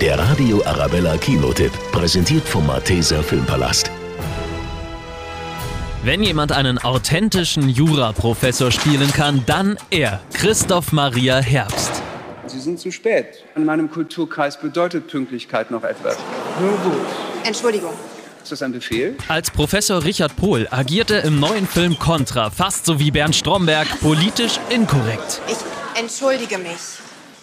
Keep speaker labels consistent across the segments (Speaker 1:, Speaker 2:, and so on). Speaker 1: Der Radio Arabella Kinotipp, präsentiert vom Malteser Filmpalast.
Speaker 2: Wenn jemand einen authentischen Juraprofessor spielen kann, dann er, Christoph Maria Herbst.
Speaker 3: Sie sind zu spät. In meinem Kulturkreis bedeutet Pünktlichkeit noch etwas. Nur gut.
Speaker 4: Entschuldigung.
Speaker 3: Ist das ein Befehl?
Speaker 2: Als Professor Richard Pohl agierte im neuen Film Contra, fast so wie Bernd Stromberg, politisch inkorrekt.
Speaker 4: Ich entschuldige mich.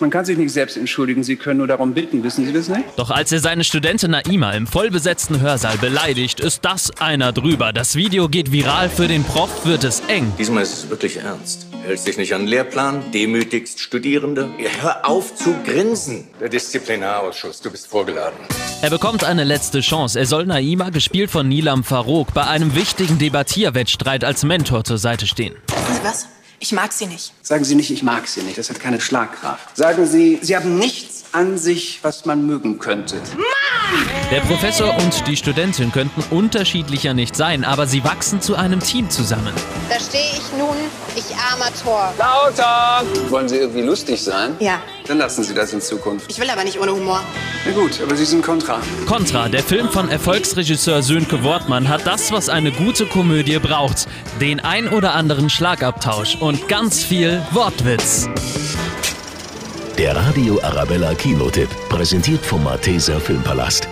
Speaker 3: Man kann sich nicht selbst entschuldigen. Sie können nur darum bitten. Wissen Sie das nicht?
Speaker 2: Doch als er seine Studentin Naima im vollbesetzten Hörsaal beleidigt, ist das einer drüber. Das Video geht viral, für den Prof wird es eng.
Speaker 5: Diesmal ist es wirklich ernst. Hältst dich nicht an den Lehrplan, demütigst Studierende. Ja, hör auf zu grinsen. Der Disziplinarausschuss, du bist vorgeladen.
Speaker 2: Er bekommt eine letzte Chance. Er soll Naima, gespielt von Nilam Farouk, bei einem wichtigen Debattierwettstreit als Mentor zur Seite stehen.
Speaker 4: Wissen Sie was? Ich mag sie nicht.
Speaker 3: Sagen Sie nicht, ich mag Sie nicht. Das hat keine Schlagkraft. Sagen Sie, Sie haben nichts an sich, was man mögen könnte.
Speaker 2: Der Professor und die Studentin könnten unterschiedlicher nicht sein, aber sie wachsen zu einem Team zusammen.
Speaker 4: Da stehe ich nun, ich armer Tor.
Speaker 3: Lauter! Wollen Sie irgendwie lustig sein?
Speaker 4: Ja.
Speaker 3: Dann lassen Sie das in Zukunft.
Speaker 4: Ich will aber nicht ohne Humor.
Speaker 3: Na gut, aber Sie sind kontra.
Speaker 2: Contra, der Film von Erfolgsregisseur Sönke Wortmann, hat das, was eine gute Komödie braucht. Den ein oder anderen Schlagabtausch und ganz viel Wortwitz.
Speaker 1: Der Radio Arabella Kinotipp, präsentiert vom Malteser Filmpalast.